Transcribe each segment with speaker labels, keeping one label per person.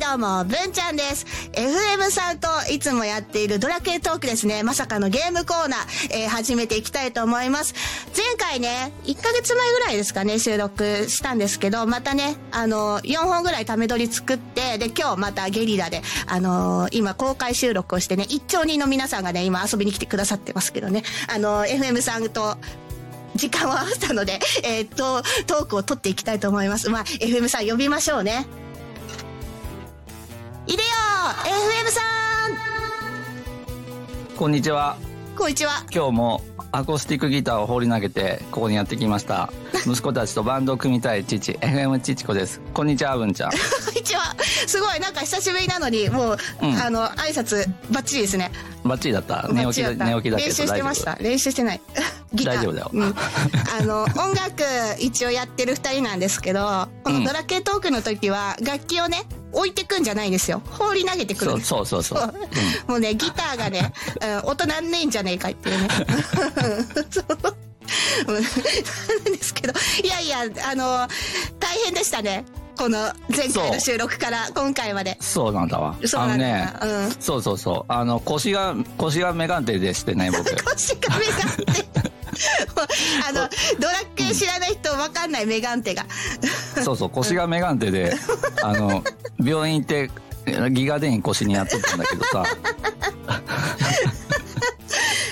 Speaker 1: どうも、文ちゃんです。FM さんといつもやっているドラクエトークですね。まさかのゲームコーナー、えー、始めていきたいと思います。前回ね、1ヶ月前ぐらいですかね、収録したんですけど、またね、あのー、4本ぐらいため撮り作って、で、今日またゲリラで、あのー、今公開収録をしてね、一丁人の皆さんがね、今遊びに来てくださってますけどね、あの FM さんと、時間を合わせたので、えっと、トークを取っていきたいと思います。まあ、FM さん呼びましょうね。いでよ !FM さ
Speaker 2: んこんにちは。
Speaker 1: こんにちは。
Speaker 2: 今日もアコースティックギターを放り投げて、ここにやってきました。息子たちとバンドを組みたい父、FM ちちこです。こんにちは、文ちゃん。こ
Speaker 1: んにちは。すごい、なんか久しぶりなのに、もう、うん、あの、挨拶、バッチリですね。
Speaker 2: バッチリだった。 寝起きだ、寝起きだ
Speaker 1: 練習してました。練習してない。
Speaker 2: ギター。大丈夫だよ。うん、あ
Speaker 1: の、音楽、一応やってる二人なんですけど、このドラケトークの時は、楽器をね、置いてくんじゃないんですよ。放り投げてくる
Speaker 2: そうそうそうそう。
Speaker 1: もうね、ギターがね、うん、音なんねえんじゃねえかっていうね。 そう。 なんですけど、いやいや、あの、大変でしたね。この前回の収録から今回まで。
Speaker 2: そうなんだわ。そうなんだあのね、うん、そうそうそう。あの、腰が、腰がメガンテでしてね、僕。
Speaker 1: 腰がメガン テ。あの、ドラッグ知らない人分かんない、メガンテが。
Speaker 2: そうそう、腰がメガンテで、あの、病院行って、ギガ電腰にやっとったんだけど さ。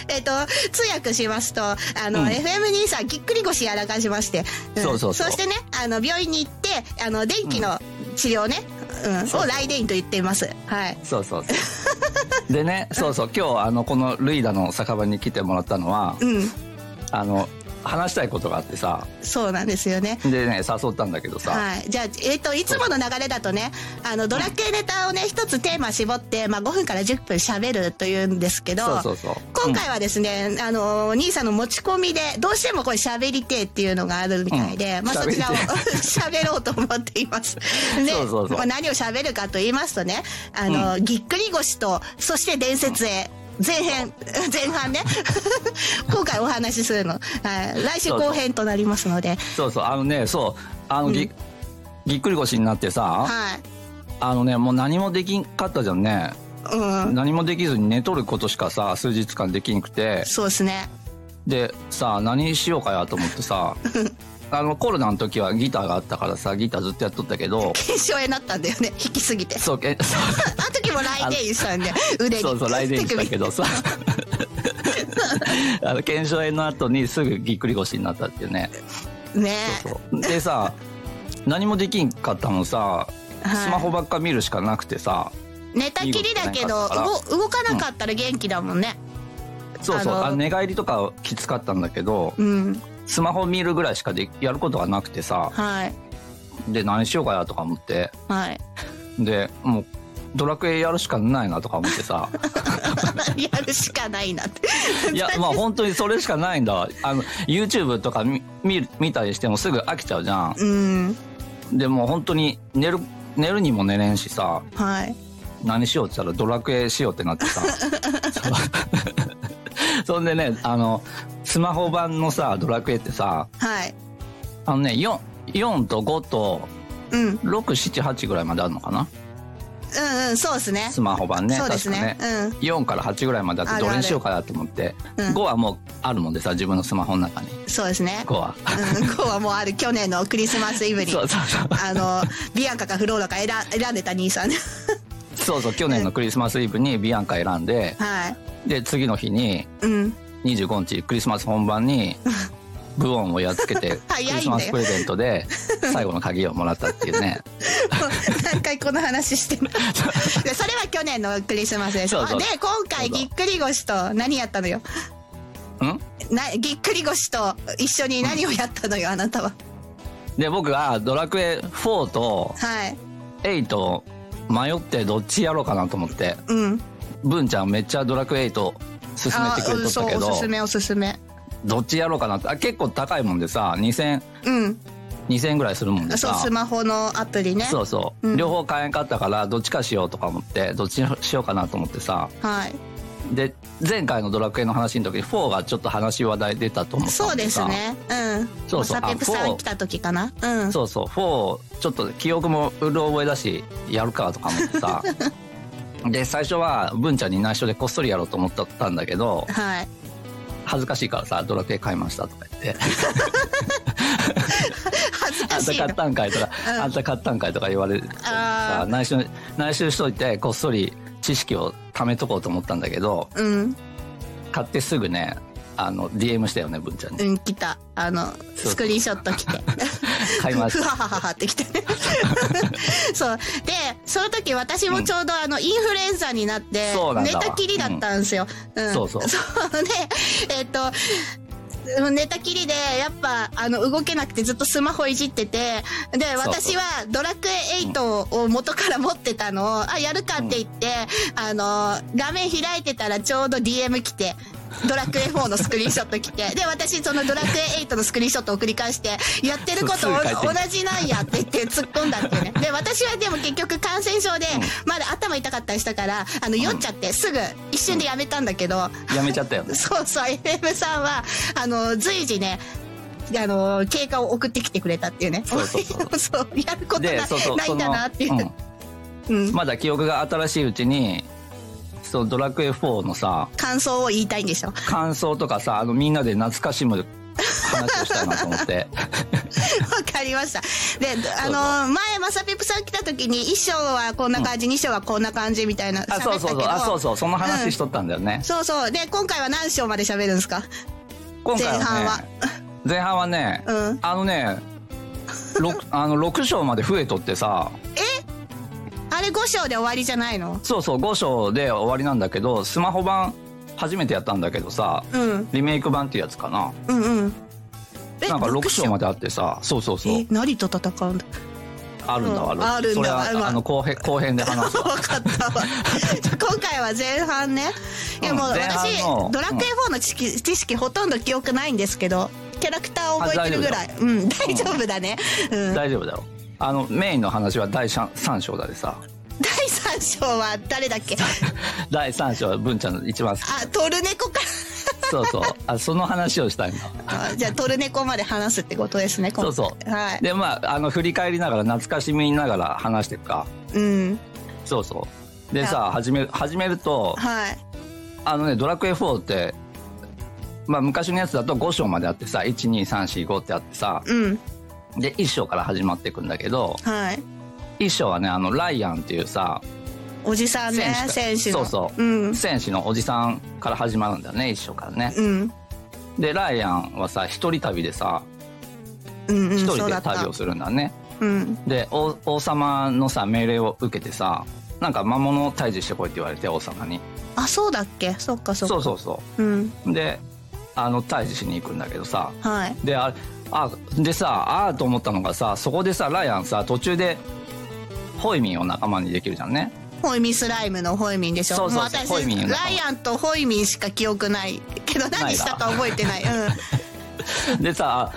Speaker 1: えっと、通訳しますと、あの、うん、FM 兄さん、ぎっくり腰やらかしまして、
Speaker 2: うん、そうそう
Speaker 1: そしてね、あの、病院に行って、あの、電気の治療ね、うん、うん、を来電と言っています。はい。
Speaker 2: そうそうそう。でね、そうそう、今日、あの、このルイダの酒場に来てもらったのは、うん、あの、話したいことがあってさ
Speaker 1: そうなんですよね
Speaker 2: でね誘ったんだけどさ、
Speaker 1: はい、じゃあ、えーと、といつもの流れだとねあのドラクエネタをね一つテーマ絞って、まあ、5分から10分しゃべるというんですけど
Speaker 2: そうそう
Speaker 1: 今回はですね、うん、あの兄さんの持ち込みでどうしてもこれしゃべりてっていうのがあるみたいで、うん、まあ、そちらをし ゃべろうと思ってい ますでまあ、何をしゃべるかと言いますとねあの、うん、ぎっくり腰とそして伝説へ、前編、 前半 ね。今回お話しするの。はい。来週後編となりますので。
Speaker 2: そうそう、あのね、そう、あのぎ、うん、ぎっくり腰になってさ、はい。あのね、もう何もできんかったじゃんね。うん。何もできずに寝とることしかさ、数日間できんくて。
Speaker 1: そうですね。
Speaker 2: で、さ、何しようかやと思って さ、あのコロナの時はギターがあったからさギターずっとやっとったけど
Speaker 1: 腱鞘炎になったんだよね弾きすぎて
Speaker 2: そうけそう
Speaker 1: あの時も来電した んで腕に
Speaker 2: そうそう来電したけどさ あの腱鞘炎の後にすぐぎっくり腰になったっていうね
Speaker 1: ね
Speaker 2: そうでさ何もできんかったのさ、スマホばっか見るしかなくてさ
Speaker 1: 寝たきりだけど動かなかったら元気だもんね、
Speaker 2: うん、そうそうあの寝返りとかきつかったんだけど、うん、スマホ見るぐらいしかでやることがなくてさ、
Speaker 1: はい、
Speaker 2: で何しようかなとか思って、
Speaker 1: はい、
Speaker 2: でもうドラクエやるしかないなとか思って さ
Speaker 1: やるしかないなって
Speaker 2: いやまあ本当にそれしかないんだあの YouTube とか見見たりしてもすぐ飽きちゃうじゃん、うん、でも本当に寝る寝るにも寝れんしさ、
Speaker 1: はい、
Speaker 2: 何しようって言ったらドラクエしようってなってさそんでね、あの、スマホ版のさ、ドラクエってさ、
Speaker 1: はい。
Speaker 2: あのね、4、4と5と、うん。6、7、8ぐらいまであるのかな
Speaker 1: うんうん、そうですね。
Speaker 2: スマホ版ね。
Speaker 1: そうですね。
Speaker 2: 確かねうん、4から8ぐらいまであって、どれにしようかなと思って。あ5はもうあるもんでさ、自分のスマホの中に。
Speaker 1: そうですね。
Speaker 2: 5は。
Speaker 1: うん、5はもうある。去年のクリスマスイブに。
Speaker 2: そうそうそう。
Speaker 1: あの、ビアンカかフローラか選選んでた兄さん。
Speaker 2: そうそう、去年のクリスマスイブにビアンカ選んで、
Speaker 1: はい。
Speaker 2: で、次の日に、うん、25日、クリスマス本 番に、ブオンをやっつけて、クリスマスプレゼン トで、最後の鍵をもらったっていうね。
Speaker 1: 何回この話してる それは去年のクリスマスでしょ。で、今回、ぎっくり腰と何やったのよ。
Speaker 2: ん
Speaker 1: なぎっくり腰と一緒に何をやったのよ、あなたは。
Speaker 2: で、僕はドラクエ4と、
Speaker 1: はい。
Speaker 2: 8を迷ってどっちやろうかなと思って。
Speaker 1: うん。
Speaker 2: 文ちゃんめっちゃドラクエ8進めてくれとったけど
Speaker 1: おすすめおすすめ
Speaker 2: どっちやろうかなってあ結構高いもんでさ2000
Speaker 1: うん
Speaker 2: 2000ぐらいするもんで
Speaker 1: さそうスマホのアプリね
Speaker 2: そうそう、うん、両方買えんかったからどっちかしようとか思ってどっちにしようかなと思ってさ
Speaker 1: はい
Speaker 2: で前回の「ドラクエ」の話の時に4がちょっと話話題出たと思った
Speaker 1: そうですねうん
Speaker 2: そうそう
Speaker 1: サペプさん来た時かなうん
Speaker 2: そうそう4ちょっと記憶もうる覚えだしやるかとか思っ てさで最初は文ちゃんに内緒でこっそりやろうと思ったんだけど
Speaker 1: はい
Speaker 2: 恥ずかしいからさ「ドラクエ買いました」とか 言って
Speaker 1: 恥ず
Speaker 2: あ
Speaker 1: か
Speaker 2: んた
Speaker 1: しい
Speaker 2: 買
Speaker 1: の
Speaker 2: ったんかいとか、
Speaker 1: うん
Speaker 2: あんた買ったんかいとか言われて
Speaker 1: あ
Speaker 2: さ内緒に内緒にしといてこっそり知識を貯めとこうと思ったんだけど
Speaker 1: うん
Speaker 2: 買ってすぐねあの DM したよね文ち ゃんに
Speaker 1: うん来たあの
Speaker 2: そう
Speaker 1: スクリーンショット来て
Speaker 2: 「買いまし
Speaker 1: ふ
Speaker 2: た
Speaker 1: ははははってきて ねそうでその時私もちょうどあのインフルエンザになって
Speaker 2: そうなん
Speaker 1: 寝
Speaker 2: だわ
Speaker 1: たきりだったんですよ、うん
Speaker 2: そうそう
Speaker 1: でえっとうん寝たきりでやっぱあの動けなくてずっとスマホいじっててで
Speaker 2: そう
Speaker 1: 私はドラクエ8を元から持ってたのをあやるかって言って、あの画面開いてたらちょうど DM 来てドラクエ4のスクリーンショット来てで私そのドラクエ8のスクリーンショットを繰り返してやってること
Speaker 2: そうすぐ帰ってき
Speaker 1: 同
Speaker 2: た
Speaker 1: じなんやって言って突っ込んだっていうね で私はでも結局感染症でまだ頭痛かったりしたからあの酔っちゃってすぐ一瞬でやめたんだけど、
Speaker 2: やめちゃったよね
Speaker 1: そうそう、FM さんは、あの、随時ね、あの、経過を送ってきてくれたっていうね。
Speaker 2: そうそう そ
Speaker 1: そうやることな
Speaker 2: でそうそう
Speaker 1: ない
Speaker 2: そ
Speaker 1: ん
Speaker 2: の
Speaker 1: だなっていう。
Speaker 2: うん
Speaker 1: うん。
Speaker 2: まだ記憶が新しいうちにそのドラクエ4のさ
Speaker 1: 感想を言いたいんでしょ。
Speaker 2: 感想とかさあのみんなで懐かしむ話をしたいなと思って
Speaker 1: わかりました。で、あ
Speaker 2: そう
Speaker 1: の、前、まさぴぷさん来た時に、衣装はこんな感じ、二章はこんな感じみたいな。
Speaker 2: あそうそうそうあそう
Speaker 1: う。
Speaker 2: そうその話しとったんだよね、
Speaker 1: そうそう。で、今回は何章まで喋るんですか
Speaker 2: 今回はね
Speaker 1: 前半は
Speaker 2: 前半はね、
Speaker 1: うん
Speaker 2: あのね 6, あの6章まで増えとってさ
Speaker 1: あれ5章で終わりじゃないの
Speaker 2: そうそう5章で終わりなんだけどスマホ版初めてやったんだけどさ
Speaker 1: うん。
Speaker 2: リメイク版ってやつかな
Speaker 1: うんうん。え
Speaker 2: なんか6章ま
Speaker 1: で。
Speaker 2: であってさそうそうそう
Speaker 1: え、何と戦うんだ
Speaker 2: あるんだわ、
Speaker 1: うん
Speaker 2: 六章
Speaker 1: あるんだ
Speaker 2: それ
Speaker 1: あまあ
Speaker 2: はあの後編後編で話す わ
Speaker 1: わかったわ。じゃあ今回は前半ね。いや
Speaker 2: うん
Speaker 1: もう
Speaker 2: 前
Speaker 1: 私、
Speaker 2: 半の
Speaker 1: ドラクエ4の知識,、知識ほとんど記憶ないんですけど、キャラクターを覚えてるぐらい。うん、 大丈夫だね。うん。第
Speaker 2: 大丈夫だよあのメインの話は第3章だでさ
Speaker 1: 3章は誰だっけ
Speaker 2: 第3章は文ちゃんの一番好き
Speaker 1: あ、トルネコか。
Speaker 2: そうそうあその話をしたいんだ
Speaker 1: あじゃあトルネコまで話すってことですね、今
Speaker 2: そう
Speaker 1: 回
Speaker 2: そう
Speaker 1: はい。
Speaker 2: でまああの振り返りながら懐かしみながら話していくか
Speaker 1: うん。
Speaker 2: そうそうで
Speaker 1: は
Speaker 2: さ始める始めると
Speaker 1: はい。
Speaker 2: あのね「ドラクエ4」って、まあ、昔のやつだと5章まであってさ12345ってあってさ
Speaker 1: うん。
Speaker 2: で1章から始まっていくんだけど
Speaker 1: はい。
Speaker 2: 1章はねあのライアンっていうさ
Speaker 1: おじさんね、選
Speaker 2: 選手
Speaker 1: 手
Speaker 2: そ
Speaker 1: の。
Speaker 2: うそう、
Speaker 1: うん。
Speaker 2: 戦士のおじさんから始まるんだよね1章からね
Speaker 1: うん。
Speaker 2: でライアンはさ一人旅でさ
Speaker 1: うん、うん、
Speaker 2: 一
Speaker 1: そ
Speaker 2: 人
Speaker 1: うだ
Speaker 2: で
Speaker 1: った
Speaker 2: 旅を。するんだね、
Speaker 1: うん。
Speaker 2: で王王様のさ命令を受けてさなんか魔物を退治してこいって言われて王様に
Speaker 1: あ、そうだっけそっかそっか。。
Speaker 2: そうそうそう
Speaker 1: うん。
Speaker 2: うであの退治しに行くんだけどさ
Speaker 1: はい。
Speaker 2: でああでさああーと思ったのがさそこでさライアンさ途中でホイミンを仲間にできるじゃんね
Speaker 1: ホイミスライムのホイミンでしょ
Speaker 2: そうそう
Speaker 1: も
Speaker 2: そう
Speaker 1: 私
Speaker 2: ホイミンの
Speaker 1: ライアンとホイミンしか記憶ないけど何したか覚えてないうん、
Speaker 2: でさ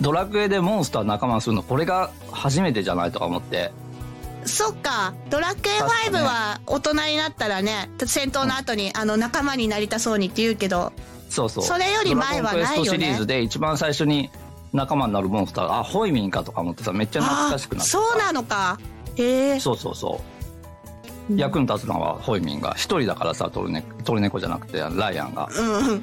Speaker 2: ドラクエでモンスター仲間にするのこれが初めてじゃないとか思って
Speaker 1: そっかドラクエ
Speaker 2: 確かね
Speaker 1: 5は大人になったらね戦闘の後に、あの仲間になりたそうにって言うけど
Speaker 2: そうそう
Speaker 1: それより前はないよね
Speaker 2: ドラゴンクエストシリーズで一番最初に仲間になるモンスターあホイミンかとか思ってさめっちゃ懐かしくな
Speaker 1: あ
Speaker 2: ってさ
Speaker 1: そうなのかへえ
Speaker 2: そうそうそう役に立つのはホイミンが一人だからさトルネトルネコじゃなくてライアンが
Speaker 1: うんうん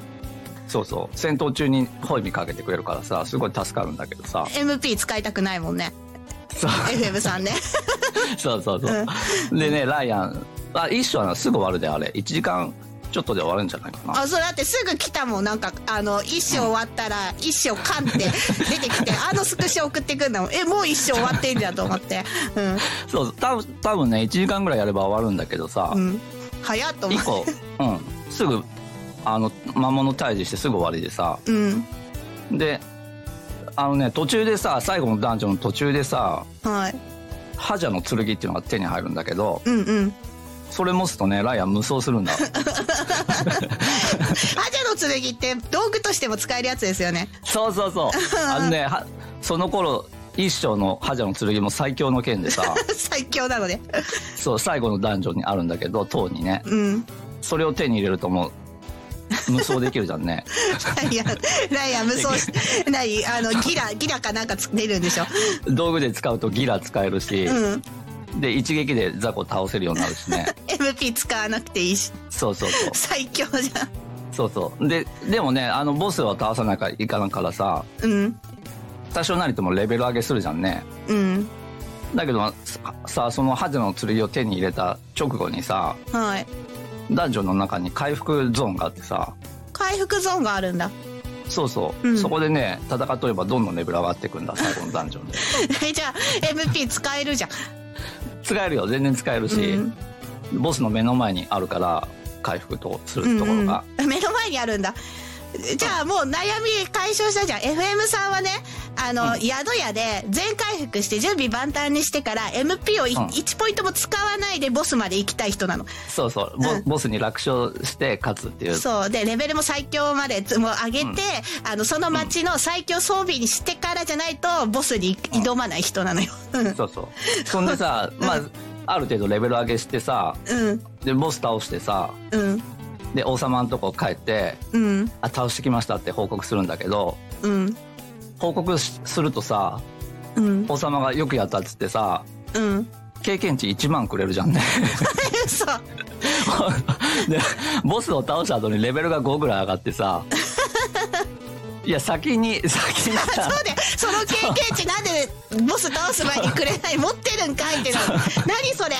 Speaker 2: そうそう戦闘中にホイミンかけてくれるからさすごい助かるんだけどさ
Speaker 1: MP 使いたくないもんね
Speaker 2: そう
Speaker 1: FM さんね
Speaker 2: そうそうそう、でねライアンあ一緒はなすぐ終わるであれ1時間ちょっとで終わるんじゃないかな
Speaker 1: あそれだってすぐ来たもんなんかあの一章終わったら一章かんって出てきてあのスクショ送ってくんだもんえもう一章終わってんじゃんと思ってうん
Speaker 2: そう多分多分ね1時間ぐらいやれば終わるんだけどさ、
Speaker 1: うん、早っと思
Speaker 2: 一
Speaker 1: う。
Speaker 2: 個、うん、すぐあの魔物退治してすぐ終わりでさ
Speaker 1: うん。
Speaker 2: であのね途中でさ最後のダンジョンの途中でさ
Speaker 1: はい。
Speaker 2: 覇者の剣っていうのが手に入るんだけど
Speaker 1: うんうん。
Speaker 2: それ持つとねライアン無双するんだ
Speaker 1: アジャの剣って道具としても使えるやつですよね。
Speaker 2: そうそうそうあのねはその頃一生の覇者の剣も最強の剣でさ
Speaker 1: 最強なので。
Speaker 2: そう最後のダンジョンにあるんだけど塔にね
Speaker 1: うん。
Speaker 2: それを手に入れるともう無双できるじゃん ね。
Speaker 1: いや、いや、無双し、何、あの、ギラ、ギラかなんか出るんでしょ
Speaker 2: 道具で使うとギラ使えるし、うん、で、一撃で雑魚倒せるようになるし ね。
Speaker 1: MP 使わなくていいし。
Speaker 2: そうそうそう。
Speaker 1: 最強じゃん。
Speaker 2: そうそう。で、でもね、あの、ボスは倒さなきゃいかんからさ、うん。多少なりともレベル上げするじゃんね。うん。だけどさあそのハゼの剣を手に入れた直後にさ、はい、ダンジョンの中に回復ゾーンがあってさ
Speaker 1: 回復ゾーンがあるんだ
Speaker 2: そうそう、うん、そこでね戦っとればどんどんレベル上がってくんだ最後のダンジョン
Speaker 1: で じゃあ MP 使えるじゃん
Speaker 2: 使えるよ全然使えるし、うん、ボスの目の前にあるから回復とするところが、
Speaker 1: うんうん、目の前にあるんだじゃあもう悩み解消したじゃん。FM さんはね、あの、うん、宿屋で全回復して準備万端にしてから MP を、うん、1ポイントも使わないでボスまで行きたい人なの。
Speaker 2: そうそう。うん、ボスに楽勝して勝つっていう。
Speaker 1: そう。で、レベルも最強までも上げて、あの、その町の最強装備にしてからじゃないとボスに挑まない人なのよ。
Speaker 2: そうそう。そんでさ、まあ、ある程度レベル上げしてさ、で、ボス倒してさ、で王様のとこ帰って、うん、あ倒してきましたって報告するんだけど、うん、報告するとさ、うん、王様がよくやったっつってさ、うん、 経験値1万くれるじゃんね
Speaker 1: 嘘
Speaker 2: でボスを倒した後にレベルが5ぐらい上がっ てさいや先に先に
Speaker 1: さそうでその経験値なんでボス倒す前にくれない持ってるんかいってな何それ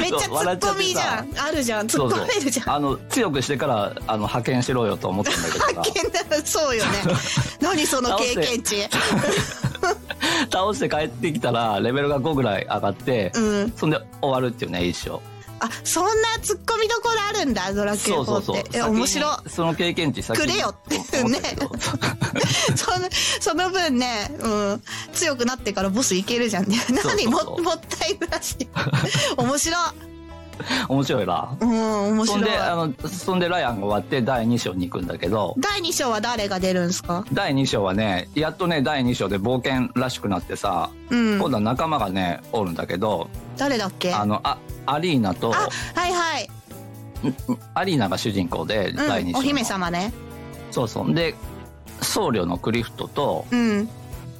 Speaker 1: めっちゃツッコミじゃんあるじゃんツッコめるじゃん
Speaker 2: あの強くしてからあの派遣しろよと思ったんだけど
Speaker 1: 派遣だそうよね何その経験値
Speaker 2: 倒して帰ってきたらレベルが5ぐらい上がって、うん、そんで終わるっていうね一生
Speaker 1: あそんなツッコミどころあるんだドラクエ4ってそうそうそうえ面白
Speaker 2: その経験値
Speaker 1: くれよってねそのその分ね、うん、強くなってからボスいけるじゃんね何ももったいぶらして面白
Speaker 2: 面白いな
Speaker 1: うん面白い
Speaker 2: そんであのそんでライアンが終わって第2章に行くんだけど
Speaker 1: 第2章は誰が出るんですか
Speaker 2: 第2章はねやっとね第2章で冒険らしくなってさ、うん、今度は仲間がねおるんだけど
Speaker 1: 誰だっけ
Speaker 2: あのあアリーナと
Speaker 1: はいはい
Speaker 2: アリーナが主人公で、うん、第2章、
Speaker 1: お姫様ね
Speaker 2: そうそうで僧侶のクリフトと、うん、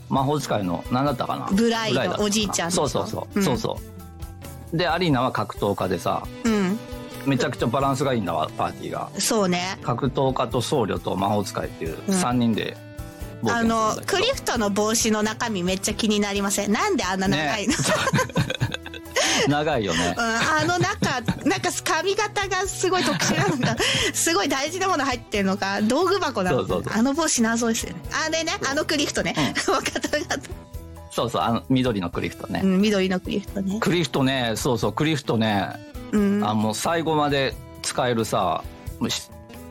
Speaker 2: 魔法使いの何だったかな
Speaker 1: ブライドおじいちゃん
Speaker 2: そうそうそう、うん、そうそうでアリーナは格闘家でさ、うん、めちゃくちゃバランスがいいんだわパーティーが
Speaker 1: そうね
Speaker 2: 格闘家と僧侶と魔法使いっていう3人で、
Speaker 1: あのクリフトの帽子の中身めっちゃ気になりませんなんであんな長いの、ね
Speaker 2: 長いよね、
Speaker 1: うん、あの中なんか髪型がすごい特殊なん だすごい大事なもの入ってるのか道具箱なのそうあの帽子謎ですよねあれねあのクリフトね、うん 、分かった分かった
Speaker 2: そうそうあの緑のクリフトね、
Speaker 1: うん、緑のクリフトね
Speaker 2: クリフトねそうそうクリフトね、うん、あもう最後まで使えるさ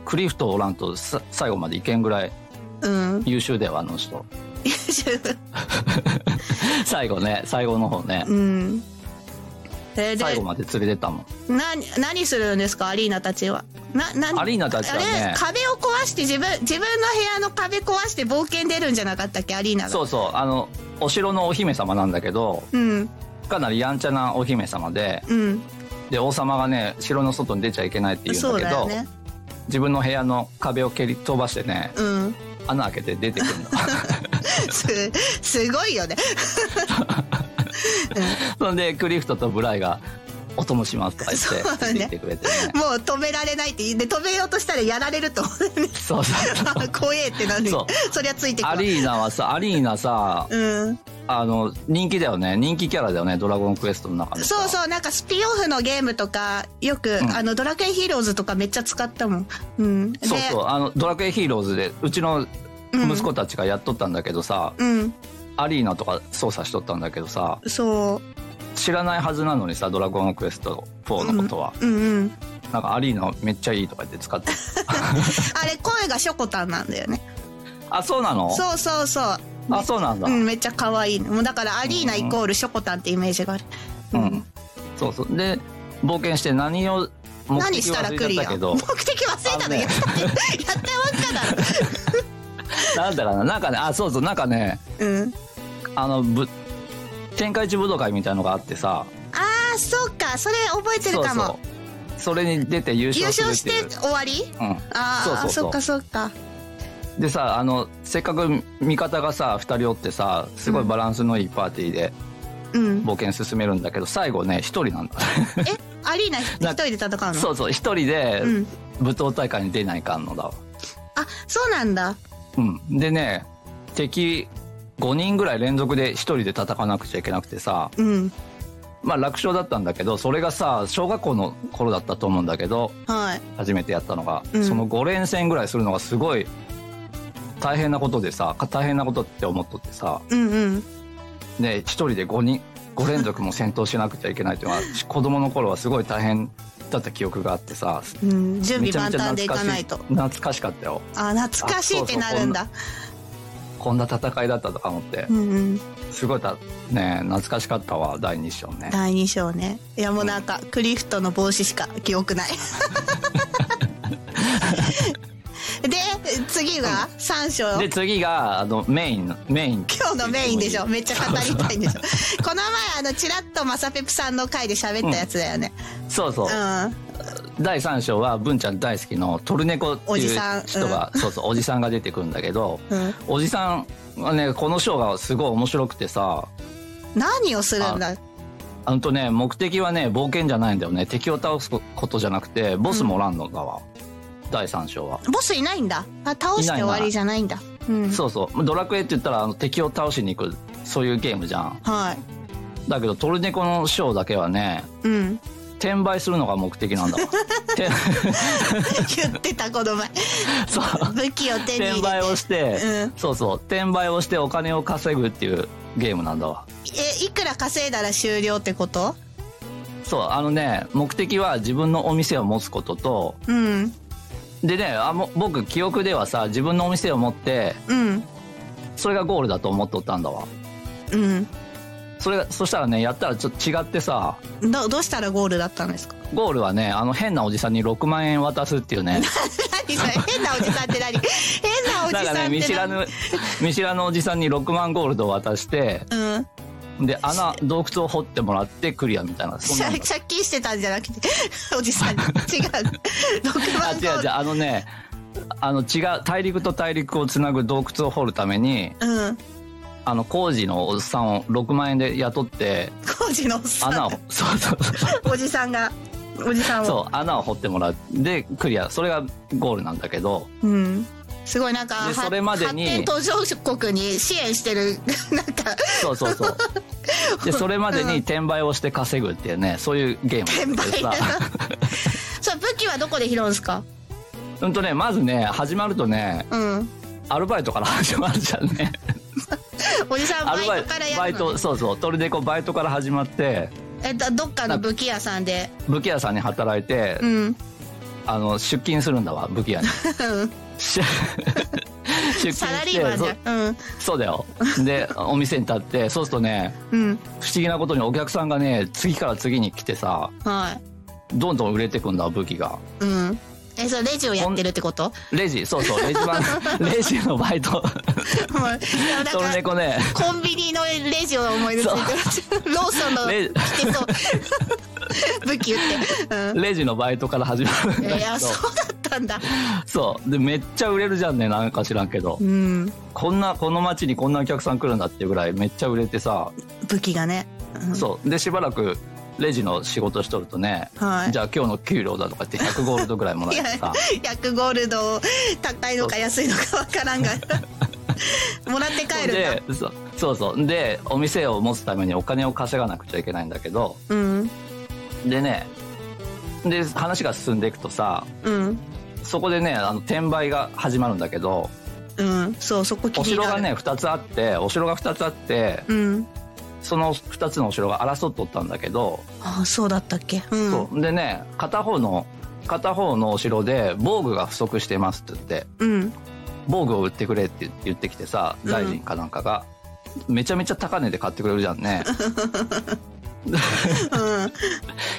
Speaker 2: クリフトおらんとさ最後までいけんぐらい優秀だよ、あの人
Speaker 1: 優秀
Speaker 2: 最後ね最後の方ねうんえー、最後まで連れてたも
Speaker 1: ん何何するんですかアリーナたちはな何
Speaker 2: アリーナたちは、ね、
Speaker 1: 壁を壊して自分自分の部屋の壁壊して冒険出るんじゃなかったっけアリーナが
Speaker 2: そうそうあのお城のお姫様なんだけど、うん、かなりやんちゃなお姫様で、うん、で王様がね城の外に出ちゃいけないって言うんだけど、ね、自分の部屋の壁を蹴り飛ばしてね、うん、穴開けて出てくるの
Speaker 1: すすごいよね
Speaker 2: そんでクリフトとブライが「お供します」とか言って言ってくれて、ね
Speaker 1: ね、もう止められないってで止めようとしたらやられると思 う、ね、
Speaker 2: そうそう
Speaker 1: 怖えってなるそそりゃついてくる
Speaker 2: アリーナはさアリーナさ、うん、あの人気だよね人気キャラだよね「ドラゴンクエスト」の中で
Speaker 1: そうそうなんかスピンオフのゲームとかよく、うん、あのドラクエヒーローズとかめっちゃ使ったもん、うん、
Speaker 2: そうそうあのドラクエヒーローズでうちの息子たちがやっとったんだけどさ、うん、うんアリーナとか操作しとったんだけどさ
Speaker 1: そう
Speaker 2: 知らないはずなのにさ「ドラゴンクエスト4」のことは、うん、うんうんなんかアリーナめっちゃいいとか言って使って
Speaker 1: あれ声がしょこたんなんだよね
Speaker 2: あそうなの
Speaker 1: そうそうそう、
Speaker 2: あそうなんだ、うん
Speaker 1: めっちゃ可愛いもうだからアリーナイコールしょこたんってイメージがある
Speaker 2: うん、うん、そうそうで冒険して何を
Speaker 1: 目的は忘れちゃったけど目的忘れたのやった、ね、やったばっかだろ
Speaker 2: なんだろうな、なんかね、あ、そうそう、なんかね、うん、あの、ぶ、天下一武道会みたいのがあってさ。
Speaker 1: ああ、そっか、それ覚えてるかも。
Speaker 2: そうそれに出て優
Speaker 1: 優
Speaker 2: 勝する
Speaker 1: 勝
Speaker 2: っ
Speaker 1: して
Speaker 2: いう
Speaker 1: て終わり
Speaker 2: うん
Speaker 1: ああ
Speaker 2: そう
Speaker 1: そ
Speaker 2: そ
Speaker 1: っ
Speaker 2: う
Speaker 1: か
Speaker 2: そう
Speaker 1: そっか
Speaker 2: でさあのせっかく味方がさ2人おってさすごいバランスのいいパーティーで
Speaker 1: うん
Speaker 2: 冒険進めるんだけど最後ね1人なんだ
Speaker 1: えアリーナひ一
Speaker 2: な
Speaker 1: 人で戦うの
Speaker 2: そうそう1人で
Speaker 1: うん
Speaker 2: 舞踏大会に出ないかんのだわ
Speaker 1: あそうなんだ
Speaker 2: うんでね敵5人ぐらい連続で1人で戦わなくちゃいけなくてさ
Speaker 1: うん
Speaker 2: まあ楽勝だったんだけどそれがさ小学校の頃だったと思うんだけど
Speaker 1: はい
Speaker 2: 初めてやったのが、
Speaker 1: うん
Speaker 2: その5連戦ぐらいするのがすごい大変なことでさか大変なことって思っとってさ
Speaker 1: うんうん
Speaker 2: ね一人で5人5連続も戦闘しなくちゃいけないっていうのは 子供の頃はすごい大変だった記憶があってさ
Speaker 1: うん準備
Speaker 2: めちゃ
Speaker 1: 万
Speaker 2: めちゃ
Speaker 1: 端でい
Speaker 2: 懐か
Speaker 1: か
Speaker 2: しい
Speaker 1: ないと
Speaker 2: 懐かしかったよ
Speaker 1: あ懐かしいってなるんだ
Speaker 2: こんな戦いだったとか思って
Speaker 1: うんうん
Speaker 2: すごいたね懐かしかったわ第2章ね
Speaker 1: 第2章ねいやもうなんかクリフトの帽子しか記憶 ないで次が3章
Speaker 2: で次があのメインのメイン
Speaker 1: 今日のメインでしょめっちゃ語りたいんでしょこの前あのチラッとマサペプさんの回で喋ったやつだよね
Speaker 2: そうそう
Speaker 1: う、ん
Speaker 2: 第3章は文ちゃん大好きのトルネコって
Speaker 1: おじ
Speaker 2: いう
Speaker 1: さんうん
Speaker 2: 人が、そうそうおじさんが出てくるんだけど
Speaker 1: うん
Speaker 2: おじさんはねこの章がすごい面白くてさ
Speaker 1: 何をするんだ
Speaker 2: あのとね目的はね冒険じゃないんだよね敵を倒すことじゃなくてボスもおらんのだわ、第3章は、
Speaker 1: ボスいないんだあ倒して終わりじゃないんだうん
Speaker 2: そうそうドラクエって言ったらあの敵を倒しに行くそういうゲームじゃん
Speaker 1: はい
Speaker 2: だけどトルネコの章だけはね
Speaker 1: うん、
Speaker 2: 転売するのが目的なんだわて
Speaker 1: 言ってたこの前
Speaker 2: そう
Speaker 1: 武器を手に入れて
Speaker 2: 転売をして、
Speaker 1: うん
Speaker 2: そうそう転売をしてお金を稼ぐっていうゲームなんだわ
Speaker 1: えいくら稼いだら終了ってこと
Speaker 2: そうあのね目的は自分のお店を持つことと
Speaker 1: うん
Speaker 2: でねあも僕記憶ではさ自分のお店を持って
Speaker 1: うん
Speaker 2: それがゴールだと思っとったんだわ
Speaker 1: うん
Speaker 2: それがそしたらねやったらちょっと違ってさ
Speaker 1: どどうしたらゴールだったんですか
Speaker 2: ゴールはねあの変なおじさんに6万円渡すっていうね
Speaker 1: 何それ変なおじさんって 何変 なおじ
Speaker 2: なん
Speaker 1: さん
Speaker 2: か
Speaker 1: って
Speaker 2: ね
Speaker 1: 何
Speaker 2: 見知らぬ 見知らぬおじさんに6万ゴールドを渡して
Speaker 1: うん
Speaker 2: で穴洞窟を掘ってもらってクリアみたいなそんなの
Speaker 1: 借借金してたんじゃなくておじ さんに違う6万
Speaker 2: あ違う違う
Speaker 1: ゴ
Speaker 2: あのねあの違う大陸と大陸をつなぐ洞窟を掘るために
Speaker 1: ーうん
Speaker 2: あの工事のおっさんを6万円で雇って
Speaker 1: 工事のおっさ
Speaker 2: 穴を
Speaker 1: ん
Speaker 2: そうそうそう
Speaker 1: おじさんがおじさんを
Speaker 2: そう穴を掘ってもらってクリアそれがゴールなんだけど
Speaker 1: うん、すごいなんか
Speaker 2: で
Speaker 1: は
Speaker 2: それまでに
Speaker 1: 発展途上国に支援してる なんか
Speaker 2: そうそうそう でそれまでに転売をして稼ぐっていうねそういうゲー
Speaker 1: 転
Speaker 2: ムなんだけ
Speaker 1: 売
Speaker 2: ど
Speaker 1: だ
Speaker 2: さ
Speaker 1: そう武器はどこで拾うんですか
Speaker 2: うんとねまずね始まるとね
Speaker 1: うん
Speaker 2: アルバイトから始まるじゃんね
Speaker 1: おじさん
Speaker 2: アル
Speaker 1: バイトからや
Speaker 2: バイ
Speaker 1: るの
Speaker 2: トそうそうトルデコバイトから始まって
Speaker 1: えっとどっかの武器屋さんで
Speaker 2: 武器屋さんに働いて、
Speaker 1: うん
Speaker 2: あの出勤するんだわ武器 屋にし出勤して
Speaker 1: サラリーマンで
Speaker 2: そそうだよでお店に立ってそうするとね
Speaker 1: うんうん
Speaker 2: 不思議なことにお客さんがね次から次に来てさ
Speaker 1: はい
Speaker 2: どんどん売れてくんだ武器が
Speaker 1: うんえそれレジをやってるってこと
Speaker 2: レジそうそうレジ番 レジのバイト
Speaker 1: はいいやなん
Speaker 2: トルネ
Speaker 1: か
Speaker 2: コね
Speaker 1: コンビニのレジを思い出してるローソンの
Speaker 2: レジ
Speaker 1: 来てそう 武器言ってうん
Speaker 2: レジのバイトから始まるんだ
Speaker 1: いや
Speaker 2: けど
Speaker 1: そうだったんだ
Speaker 2: そうでめっちゃ売れるじゃんねなんか知らんけど
Speaker 1: うん
Speaker 2: こんなこの街にこんなお客さん来るんだっていうぐらいめっちゃ売れてさ
Speaker 1: 武器がね、うん
Speaker 2: そうでしばらくレジの仕事しとるとね、
Speaker 1: はい
Speaker 2: じゃあ今日の給料だとかって100ゴールドぐらいもらえ
Speaker 1: いや
Speaker 2: てさ
Speaker 1: 100ゴールド高いのか安いのかわからん がもらって帰るんだ
Speaker 2: でそそうそうでお店を持つためにお金を稼がなくちゃいけないんだけど
Speaker 1: うん
Speaker 2: でねで話が進んでいくとさ
Speaker 1: うん
Speaker 2: そこでねあの転売が始まるんだけど
Speaker 1: うんそうそこ気
Speaker 2: お
Speaker 1: に
Speaker 2: 城
Speaker 1: な
Speaker 2: が
Speaker 1: る、
Speaker 2: ね2つあってお城が2つあって
Speaker 1: うん
Speaker 2: その2つのお城が争っとったんだけど、
Speaker 1: ああそうだったっけうん
Speaker 2: そうでね片方の片方のお城で防具が不足してますって言って
Speaker 1: うん
Speaker 2: 防具を売ってくれって言ってきてさ
Speaker 1: うん
Speaker 2: 大臣かなんかが、めちゃめちゃ高値で買ってくれるじゃん ね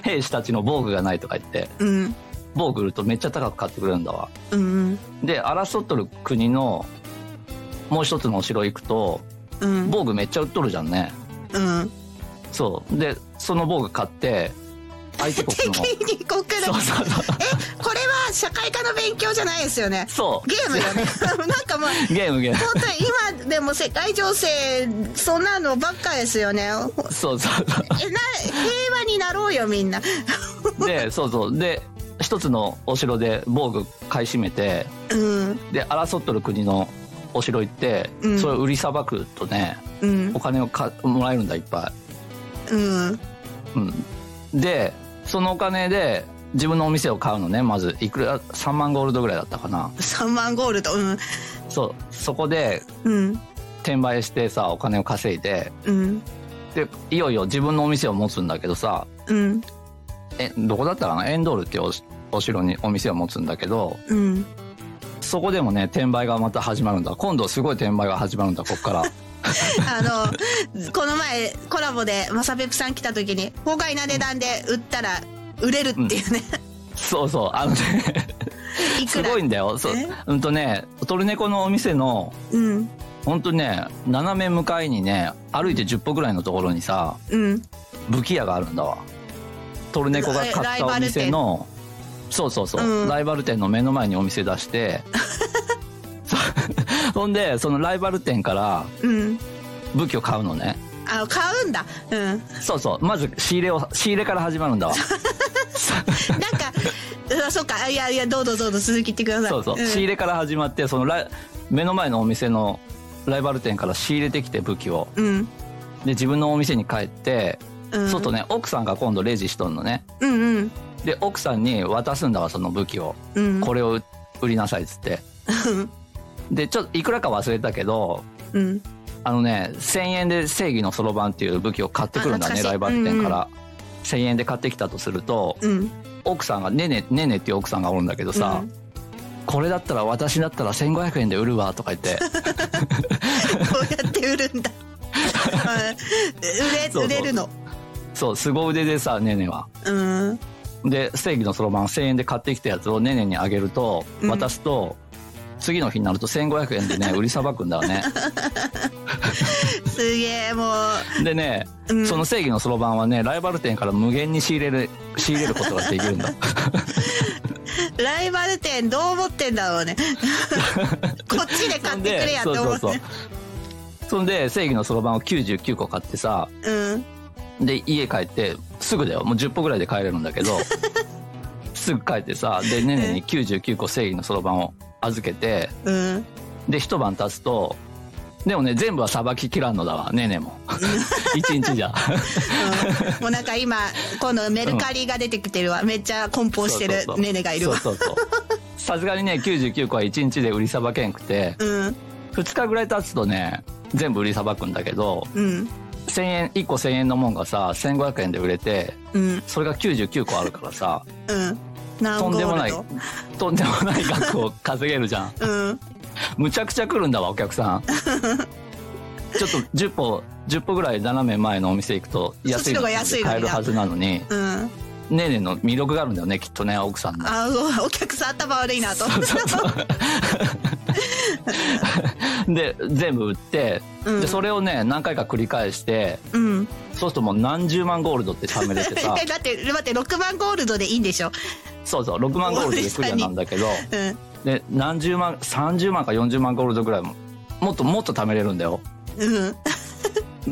Speaker 2: 兵士たちの防具がないとか言って
Speaker 1: うんうん
Speaker 2: 防具売るとめっちゃ高く買ってくれるんだわ
Speaker 1: うん
Speaker 2: で争っとる国のもう一つのお城行くと
Speaker 1: うん
Speaker 2: 防具めっちゃ売っとるじゃんね
Speaker 1: うん
Speaker 2: そうでその防具買って相手国 の
Speaker 1: 敵に国だ
Speaker 2: そうそうそう
Speaker 1: えこれは社会科の勉強じゃないですよね
Speaker 2: そう
Speaker 1: ゲームよねなんかもう
Speaker 2: ゲームゲーム
Speaker 1: 本当に今でも世界情勢そんなのばっかですよね
Speaker 2: そうそうそう
Speaker 1: えな平和になろうよみんな
Speaker 2: でそうそうで一つのお城で防具買い占めて
Speaker 1: うん
Speaker 2: で争っとる国のお城行って、
Speaker 1: うん
Speaker 2: それを売りさばくとね
Speaker 1: うん
Speaker 2: お金をかもらえるんだいっぱ
Speaker 1: うん
Speaker 2: い、うん、でそのお金で自分のお店を買うのねまずいくら3万ゴールドぐらいだったかな
Speaker 1: 3万ゴールドうん
Speaker 2: そうそこで
Speaker 1: うん
Speaker 2: 転売してさお金を稼いで
Speaker 1: うん
Speaker 2: でいよいよ自分のお店を持つんだけどさ
Speaker 1: うん
Speaker 2: えどこだったかなエンドールっていうおお城にお店を持つんだけど
Speaker 1: うん
Speaker 2: そこでもね転売がまた始まるんだ今度すごい転売が始まるんだこ っから
Speaker 1: あのこの前コラボでマサペプさん来た時に法外な値段で売ったら売れるっていうね、
Speaker 2: そうそうあのね
Speaker 1: いく
Speaker 2: す
Speaker 1: ら
Speaker 2: ごいんだよそう
Speaker 1: え
Speaker 2: うんとねトルネコのお店の
Speaker 1: うん
Speaker 2: ほんとね斜め向かいにね歩いて10歩ぐらいのところにさ
Speaker 1: うん
Speaker 2: 武器屋があるんだわトルネコが買
Speaker 1: ラ
Speaker 2: っ
Speaker 1: イ
Speaker 2: た
Speaker 1: バ
Speaker 2: お
Speaker 1: ル
Speaker 2: 店
Speaker 1: 店
Speaker 2: のそうそうそう、
Speaker 1: うん
Speaker 2: ライバル店の目の前にお店出して そほんでそのライバル店から
Speaker 1: うん
Speaker 2: 武器を買うのね
Speaker 1: あ買うんだうんなんか
Speaker 2: そうそうまず仕入れを仕入れから始まるんだわ
Speaker 1: うんそう かあいやいやどうぞどうぞ続き言ってください
Speaker 2: そうそう、
Speaker 1: ん
Speaker 2: 仕入れから始まってそのライ目の前のお店のライバル店から仕入れてきて武器を
Speaker 1: うん
Speaker 2: で自分のお店に帰って、
Speaker 1: うん
Speaker 2: 外ね奥さんが今度レジしとんのね
Speaker 1: うんうん
Speaker 2: で奥さんに渡すんだわその武器を、
Speaker 1: うん
Speaker 2: これを売りなさいっつって
Speaker 1: うん
Speaker 2: でちょっといくらか忘れたけど
Speaker 1: うん
Speaker 2: あのね1000円で正義のそろばんっていう武器を買ってくるんだ
Speaker 1: あ
Speaker 2: ね
Speaker 1: 懐かしい
Speaker 2: ライバル店から、1000円で買ってきたとすると
Speaker 1: うん
Speaker 2: 奥さんがねねねねっていう奥さんがおるんだけどさ、
Speaker 1: うん
Speaker 2: これだったら私だったら1500円で売るわとか言って
Speaker 1: こうやって売るんだ うん
Speaker 2: そうそう
Speaker 1: 売れ売れるの
Speaker 2: そう、凄腕でさ、ねねは。
Speaker 1: うん
Speaker 2: で、ステーキのそろばん1000円で買ってきたやつをねねにあげると、
Speaker 1: うん
Speaker 2: 渡すと、次の日になると1500円 でね、売りさばくんだよね。
Speaker 1: すげえも
Speaker 2: でね、
Speaker 1: う、うん、
Speaker 2: その正義のそろばんはね、ライバル店から無限に仕入れる、仕入れることができるんだ。
Speaker 1: ライバル店どう思ってんだろう ねこっちで 買ってくれやって
Speaker 2: そんで
Speaker 1: 思
Speaker 2: そううそうそう
Speaker 1: ね。
Speaker 2: そんで、正義のそろばんを99個買ってさ、
Speaker 1: うん
Speaker 2: で、家帰って、すぐだよ。もう10歩ぐらいで帰れるんだ けど、すぐ帰ってさ、で、ねねに99個正義のそろばんを預けて、
Speaker 1: うん
Speaker 2: で一晩経つとでもね全部はさばききらんのだわねえね えも一日じゃ
Speaker 1: うん、もうなんか今今度メルカリが出てきてるわ、めっちゃ梱包して
Speaker 2: そうそう
Speaker 1: る
Speaker 2: そう
Speaker 1: ねねがいるわ
Speaker 2: そうそうそうさすがにね99個は一日で売りさばけんくて
Speaker 1: うん
Speaker 2: 2日ぐらい経つとね全部売りさばくんだけど
Speaker 1: うん
Speaker 2: 1000円1個1000円のもんがさ1500円で売れて
Speaker 1: うん
Speaker 2: それが99個あるからさ
Speaker 1: うん何
Speaker 2: と
Speaker 1: ゴ
Speaker 2: んでも
Speaker 1: ー
Speaker 2: な
Speaker 1: ル
Speaker 2: い
Speaker 1: ド
Speaker 2: とんでもない額を稼げるじゃん
Speaker 1: うん
Speaker 2: むちゃくちゃ来るんだわお 客さんちょっと10歩10歩ぐらい斜め前のお店行くと安い
Speaker 1: そっちの方が安いのにな
Speaker 2: 買えるはずなのに
Speaker 1: うん
Speaker 2: ねえねえの魅力があるんだよねきっとね奥さんの
Speaker 1: あーおお客さん頭悪いなと
Speaker 2: で全部売って、
Speaker 1: うん
Speaker 2: でそれをね何回か繰り返して
Speaker 1: うん
Speaker 2: そうするともう何十万ゴールドって貯めれて さ
Speaker 1: えだって待って6万ゴールドでいいんでしょ
Speaker 2: そうそう6万ゴールドでクリアなんだけど
Speaker 1: うん
Speaker 2: で何十万30万か40万ゴールドぐらいももっともっと貯めれるんだよ
Speaker 1: うん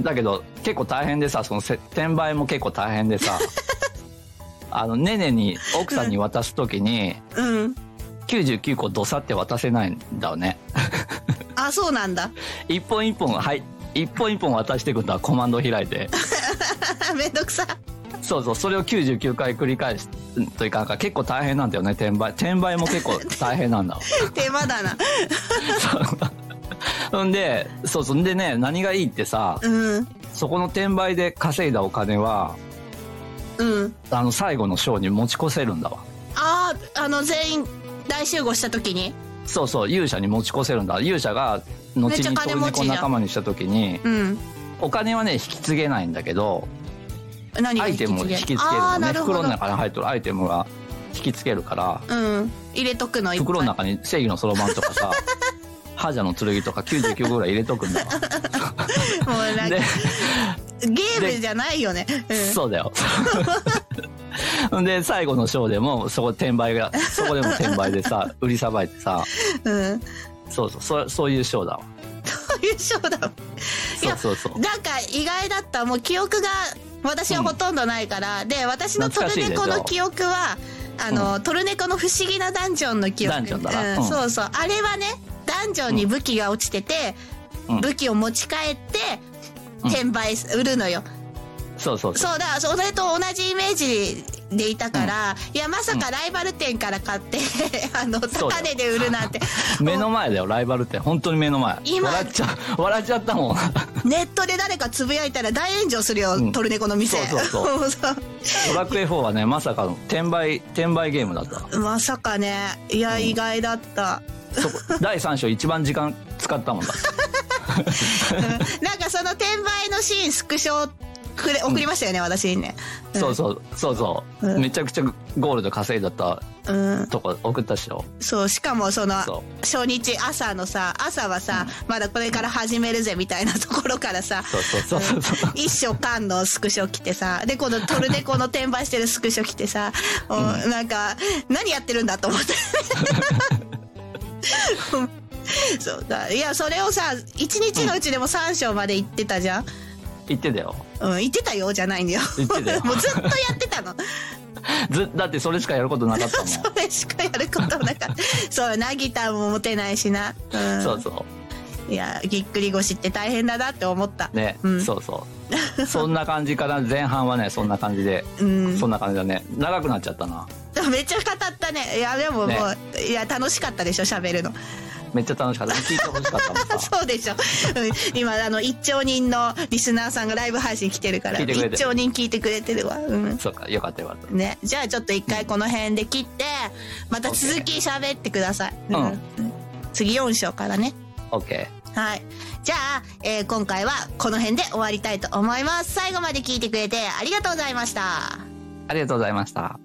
Speaker 2: だけど結構大変でさそのせ転売も結構大変でさあのねねに奥さんに渡す時に
Speaker 1: うん
Speaker 2: 99個どさって渡せないんだよね
Speaker 1: あそうなんだ
Speaker 2: 一本一本はい一本一本渡していくんだコマンド開いて
Speaker 1: めんどくさ
Speaker 2: そうそう、それを99回繰り返すというか、なんか結構大変なんだよね、転売。転売も結構大変なんだ。
Speaker 1: 手間だな
Speaker 2: ほんで、そうそう、んでね、何がいいってさ、
Speaker 1: うん
Speaker 2: そこの転売で稼いだお金は、
Speaker 1: うん
Speaker 2: あの、最後のショーに持ち越せるんだわ。
Speaker 1: あああの全員大集合した時に
Speaker 2: そうそう、勇者に持ち越せるんだ。勇者が、後
Speaker 1: めっちゃ
Speaker 2: にト
Speaker 1: 金
Speaker 2: ル
Speaker 1: 持
Speaker 2: ネ
Speaker 1: ちじゃ
Speaker 2: コ
Speaker 1: ん
Speaker 2: 仲間にした時に、
Speaker 1: うん
Speaker 2: お金はね、引き継げないんだけど、
Speaker 1: 何が
Speaker 2: アイテムを引き継げる
Speaker 1: あー
Speaker 2: の
Speaker 1: な
Speaker 2: ね。
Speaker 1: るほど
Speaker 2: 袋の中に入ってるアイテムが引き継げるから、
Speaker 1: うん入れとくのいっぱい
Speaker 2: 袋の中に正義のそろばんとかさ、 覇者の剣とか99個ぐらい入れとくんだわ。
Speaker 1: もうなんか
Speaker 2: で、
Speaker 1: ゲームじゃないよね、うん
Speaker 2: そうだよ。で最後のショーでもそこ転売がそこでも転売でさ売りさばいてさ
Speaker 1: うん。
Speaker 2: そうそうそうそういうショーだわ
Speaker 1: そういうショーだもん。い
Speaker 2: そう
Speaker 1: や
Speaker 2: そうそう
Speaker 1: なんか意外だった。もう記憶が私はほとんどないから。で、私のト
Speaker 2: 懐
Speaker 1: ル
Speaker 2: かしいでし
Speaker 1: ネ
Speaker 2: ょ
Speaker 1: コの記憶は、あの、トルネコの不思議なダンジョンの記憶。
Speaker 2: ダンジョンだな
Speaker 1: うん
Speaker 2: うん
Speaker 1: そうそう。あれはね、ダンジョンに武器が落ちてて、
Speaker 2: うん
Speaker 1: 武器を持ち帰って、
Speaker 2: うん
Speaker 1: 転売す、売るのよ。
Speaker 2: そうそうそう
Speaker 1: そうだ、それと同じイメージでいたから、いや、まさかライバル店から買って、 あの、
Speaker 2: そうだ
Speaker 1: 高
Speaker 2: よ
Speaker 1: 値で売るなん て。
Speaker 2: 目の前だよライバルって本当に目の前
Speaker 1: 今
Speaker 2: 笑っちゃ う笑っちゃったもん
Speaker 1: ネットで誰かつぶやいたら大炎上するよ、
Speaker 2: うん
Speaker 1: トルネコの店。
Speaker 2: そうそう そ
Speaker 1: そう
Speaker 2: ドラクエ4はねまさかの転売転売ゲームだった
Speaker 1: まさかね、いや、意外だった。
Speaker 2: そこ 第3章一番時間使ったもんだ
Speaker 1: なんかその転売のシーン、スクショくれ送りましたよね、私にね。
Speaker 2: そうそうそうそう、
Speaker 1: うん
Speaker 2: めちゃくちゃゴールド稼いだった
Speaker 1: うん。
Speaker 2: とこ送ったっしょ
Speaker 1: そう、しかもその、
Speaker 2: そ
Speaker 1: 初日朝のさ、朝はさ、まだこれから始めるぜみたいなところからさ、
Speaker 2: そうそうそうそうそう
Speaker 1: 一生缶のスクショ着てさ、で、このトルネコの転売してるスクショ着てさ、もうなんか、何やってるんだと思って。 そうだ。いや、それをさ、一日のうちでも3章まで行ってたじゃん。
Speaker 2: 言ってたよ
Speaker 1: うん、行ってたよ、じゃないんだよ。
Speaker 2: 言ってたよ
Speaker 1: もうずっとやってたの。
Speaker 2: ずだってそれしかやることなかったもん
Speaker 1: それしかやることなかった。そう、なギターも持てないしな。うん。
Speaker 2: そうそ
Speaker 1: いや、ぎっくり腰って大変だなって思った。
Speaker 2: うね、
Speaker 1: うん
Speaker 2: そうそうそんな感じかな前半はねそんな感じで、
Speaker 1: うん
Speaker 2: そんな感じだね長くなっちゃったな
Speaker 1: めっちゃ語ったね。いや、でももう、
Speaker 2: ね
Speaker 1: いや、楽しかったでしょ、喋るの。
Speaker 2: めっちゃ楽しかった聞いてほしかった もんさ
Speaker 1: そうでしょ。うん今、あの、一兆人のリスナーさんがライブ配信来てるから、
Speaker 2: 聞いてくれてる
Speaker 1: 一兆人聞いてくれてるわ。うん。
Speaker 2: そうかよかったよかった
Speaker 1: ね。じゃあ、ちょっと一回この辺で切って、また続き喋ってください。
Speaker 2: うん
Speaker 1: 次4章からね。
Speaker 2: OK
Speaker 1: はい。じゃあ、えー今回はこの辺で終わりたいと思います。最後まで聞いてくれてありがとうございました。
Speaker 2: ありがとうございました